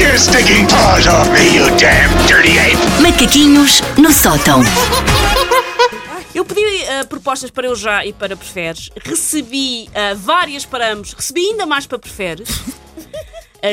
your stinking paws off me, you damn dirty ape! Macaquinhos no sótão. Eu pedi ah, propostas para eu já e para preferes. Recebi ah, várias para ambos. Recebi ainda mais para preferes.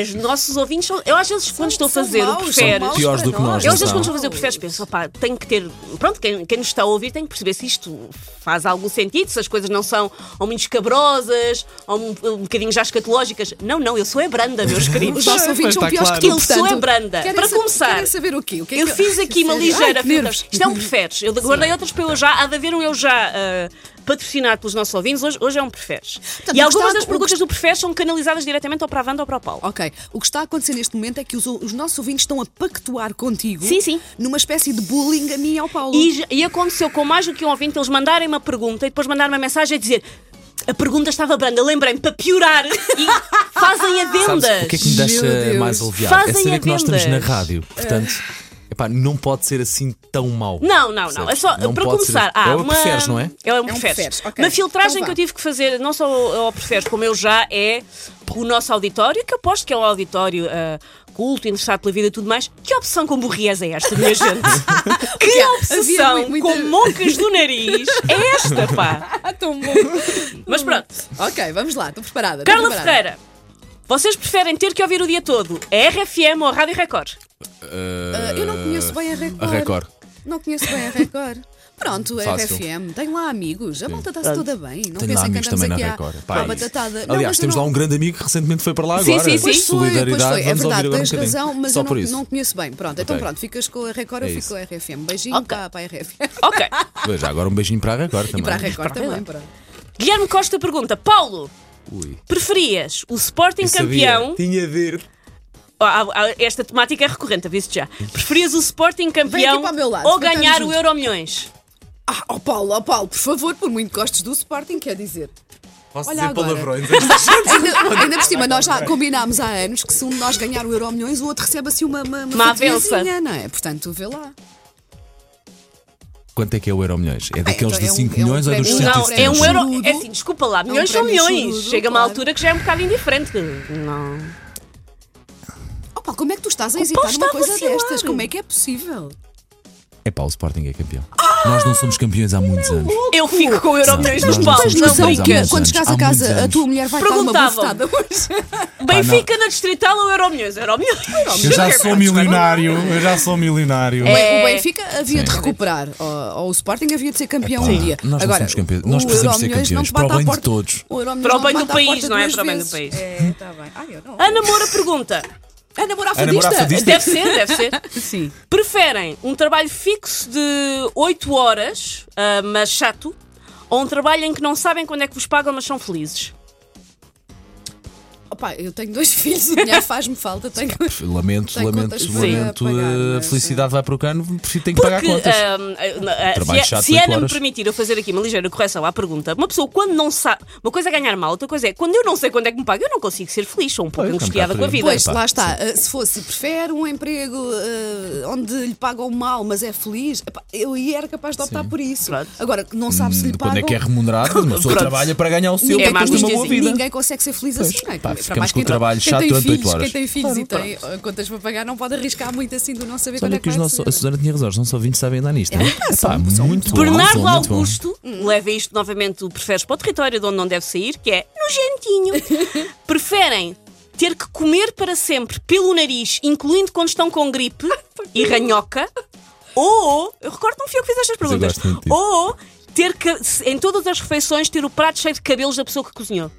Os nossos ouvintes são. Eu às vezes, quando estou a são fazer maus, o são preferes. maus Piores do que nós. Eu não às vezes, são? quando estou a fazer o preferes, penso, opá, tenho que ter. Pronto, quem, quem nos está a ouvir tem que perceber se isto faz algum sentido, se as coisas não são ou muito escabrosas, ou um, um bocadinho já escatológicas. Não, não, eu sou é branda, meus queridos. Os nossos ouvintes são está piores claro. que tu, Eu sou portanto, é branda. querem Para saber- começar, Querem saber o quê? O que é Eu que- fiz aqui uma Ai, ligeira que nervos. filtração. Isto é um preferes. Eu guardei outras para eu já. Há de haver um eu já ah, patrocinado pelos nossos ouvintes. Hoje, hoje é um preferes. Portanto, e o algumas que está- das perguntas do preferes são canalizadas diretamente ou para a Wanda ou para o Paulo. um- Ok, o que está a acontecer neste momento é que os, os nossos ouvintes estão a pactuar contigo Sim, sim. numa espécie de bullying a mim e ao Paulo. E, já- e aconteceu com mais do que um ouvinte eles mandarem uma pergunta e depois mandarem uma mensagem a dizer. A pergunta estava branda, lembrei-me, para piorar, e fazem Sabes, adendas. o que é que me Meu deixa Deus. mais aliviado? Fazem é saber que nós estamos na adendas. rádio, portanto, epá, não pode ser assim tão mau. Não, não, não. É Percebes? só Não para pode começar. ser- há é o uma... preferes, não é? É um um preferes. preferes, ok. Uma filtragem Então vá. que eu tive que fazer, não só ao ao preferes, como eu já, é o nosso auditório, que eu aposto que é um auditório ah, culto, interessado pela vida e tudo mais. Que opção com burriés é esta, minha gente? que havia obsessão mui- muita- com mocas do nariz é esta, pá? Ah, tão bom. Mas pronto. ok, vamos lá, estou preparada. estou Carla preparada. Ferreira. Vocês preferem ter que ouvir o dia todo a RFM ou a Rádio Record? Ah, eu não conheço bem a Record. A Record. Não conheço bem a Record. Pronto, a Fácil. RFM, tenho lá amigos, a malta está-se toda bem. Não Tenho lá pensem que amigos andamos também na aqui à, Record. Pá, à isso. batata. Não, mas Aliás, eu temos não- lá um grande amigo que recentemente foi para lá Sim, agora. sim, sim. Pois foi, pois Solidariedade, foi. É vamos ouvir verdade, agora um tens bocadinho. razão, mas Só eu não, por isso. não conheço bem. Pronto, então Ok. pronto, ficas com a Record, É eu fico isso. com a RFM. Beijinho Ok. para, para a RFM. Ok. Veja, agora um beijinho para a Record também. E para a Record também, pronto. Guilherme Costa pergunta: Paulo, Ui. preferias o Sporting Eu sabia. campeão? Tinha de ir. Ah, ah, ah, Esta temática é recorrente, aviso já. Preferias o Sporting Vem aqui campeão para o meu lado, ou cantamos ganhar o juntos. Euro Milhões? Ah, ó Paulo, ó Paulo, por favor, por muito que gostes do Sporting, quer dizer. Posso Olha dizer agora. palavrões? Ainda, ainda por cima, nós já combinámos há anos que se um de nós ganhar o Euro milhões, o outro recebe assim uma, uma, Uma fatiazinha, avença. não é? Portanto, vê lá. Quanto é que é o euro milhões? É daqueles então é de um- 5 é um milhões ou dos prémio. cento e Não, é um euro. setenta? Jurudo. É assim, desculpa lá, milhões são um prémio milhões. jurudo, Chega a uma claro. altura que já é um bocado indiferente. que Não. Ó Paulo, como é que tu estás O a Paulo hesitar está numa a coisa vacilar. destas? Como é que é possível? É pá, o Sporting é campeão. Nós não somos campeões há muitos anos. Eu fico com o Euro Milhões Não, no não pau. tens Oh, Tens Nós Não noção noção estamos há que brinca. muitos quando anos, chegares há a muitos casa, a anos. tua mulher vai estar uma Perguntavam. bofetada hoje. Benfica na Distrital ou Euro Milhões? Euro Milhões. é Eu já sou milionário, eu já sou milionário. O É. Benfica havia de recuperar, ou, ou o Sporting havia de ser campeão um dia. nós não Agora, somos campeões. Nós o precisamos ser Euromilhões não te campeões, bate para o à bem de porta- todos. o Euromilhões Para o não bem te do bate à país, porta não é? duas Para o bem do vezes. país. É, está bem. Ai, eu não. Ana Moura pergunta: Ana Moura Ana Moura Afrodista. Afrodista. deve ser, deve ser. É Sim. Preferem um trabalho fixo de 8 horas, ah, mas chato, ou um trabalho em que não sabem quando é que vos pagam, mas são felizes? Opa, eu tenho dois filhos, o dinheiro faz-me falta. Tenho... Lamento, Tem lamento, contas para lamento. pagar, eh, A mas- eh, felicidade vai para o cano, prefiro tenho que pagar Porque, contas. Um ah, ah, ah, Trabalho se- chato, se oito Ana me horas. permitir eu fazer aqui uma ligeira correção à pergunta, uma pessoa quando não sabe. Uma coisa é ganhar mal, outra coisa é quando eu não sei quando é que me paga, eu não consigo ser feliz, sou um pouco Pois, angustiada é um com a bocado vida. Pois, Epá, lá está. Uh, se fosse, prefere um emprego uh, onde lhe pagam mal, mas é feliz, epá, eu ia era capaz de optar por isso. Pronto. Agora, que não sabe se lhe De quando pagam. é que é remunerado? Uma pessoa Pronto. trabalha para ganhar o seu, Ninguém, É para mais depois ter uma boa justiça. vida. ninguém consegue ser feliz assim, não é? pois, Para mais ficamos com o quem tra- trabalho quem chato tem durante filhos, oito horas. Quem tem filhos e tem uh, contas para pagar não pode arriscar muito assim do não saber quando Olha é que que os vai nossos. receber. A Susana tinha razão, os nossos ouvintes sabem andar nisto. não é? Epá, muito bom, muito Bernardo bom, muito bom. Augusto leva isto novamente, o preferes para o território de onde não deve sair, que é nojentinho. Preferem ter que comer para sempre pelo nariz, incluindo quando estão com gripe e ranhoca, ou, eu recordo-me fui eu que fiz estas eu perguntas, gosto muito disso. ou ter que, em todas as refeições, ter o prato cheio de cabelos da pessoa que cozinhou.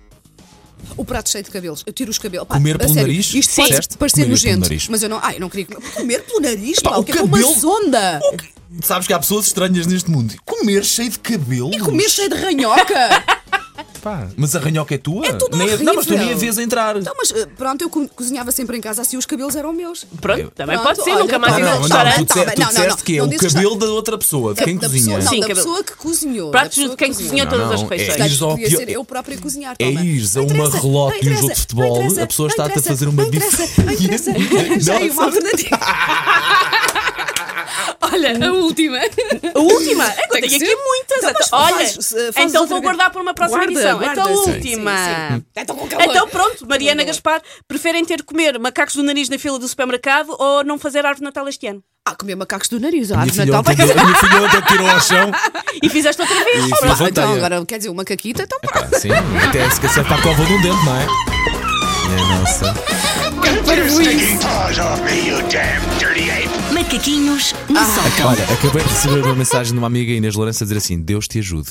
O prato cheio de cabelos. Eu tiro os cabelos. Pá, Comer a pelo sério, nariz? Isto Sim. pode Certo? parecer Comer pelo nojento, nariz. mas eu não. Ai, eu não queria comer. Comer pelo nariz, Epá, pá, o o que é como uma cabelo- sonda. Sabes que há pessoas estranhas neste mundo. Comer cheio de cabelo. E comer cheio de ranhoca. Mas a ranhoca é tua? É tudo nem a- Não, mas tu horrível. nem a vês entrar. Então, mas eh, pronto, eu co- cozinhava sempre em casa assim, os cabelos eram meus. Pronto, Eu- também Pronto, pode ser, olha, nunca pá, mais ir não, ao não, restaurante. tá bem, não, não, não. Não dizes que é da outra pessoa, de da pessoa, não, Sim, da cabelo. pessoa que cozinhou. da Pratos pessoa de quem cozinhou todas as Não, não, é- refeições. Portanto, Ires ao podia pior- ser eu própria a cozinhar É toma. ires a Não uma interessa, relote não de um interessa, jogo de futebol, não interessa, a pessoa não está-te a interessa, fazer uma não interessa, é diferença. Não interessa, arranjei uma Não, alternativa. Olha, a última. A última? É que eu Tem que tenho ser. aqui muitas. mas Olha, faz- faz então outra vou vez. guardar para uma próxima Guarda, edição. guarda, então a sim, última. sim, sim. Então, com calor. Então pronto, Mariana Gaspar, preferem ter que comer macacos do nariz na fila do supermercado ou não fazer árvore de Natal este ano? Ah, comer macacos do nariz, a Minha árvore de filha Natal ontem vai tirou- a minha filha ontem tirou ao chão. E fizeste outra vez. E- Opa, então Levantei-a. agora, quer dizer, uma caquita, então pronto. Pá, Ah, sim, até se calhar para a cova de um dente, não é? Minha É, nossa. Get your stinking paws off me, you damn dirty ape! Macaquinhos no sótão. Olha, acabei de receber uma mensagem de uma amiga Inês Lourenço a dizer assim: Deus te ajude.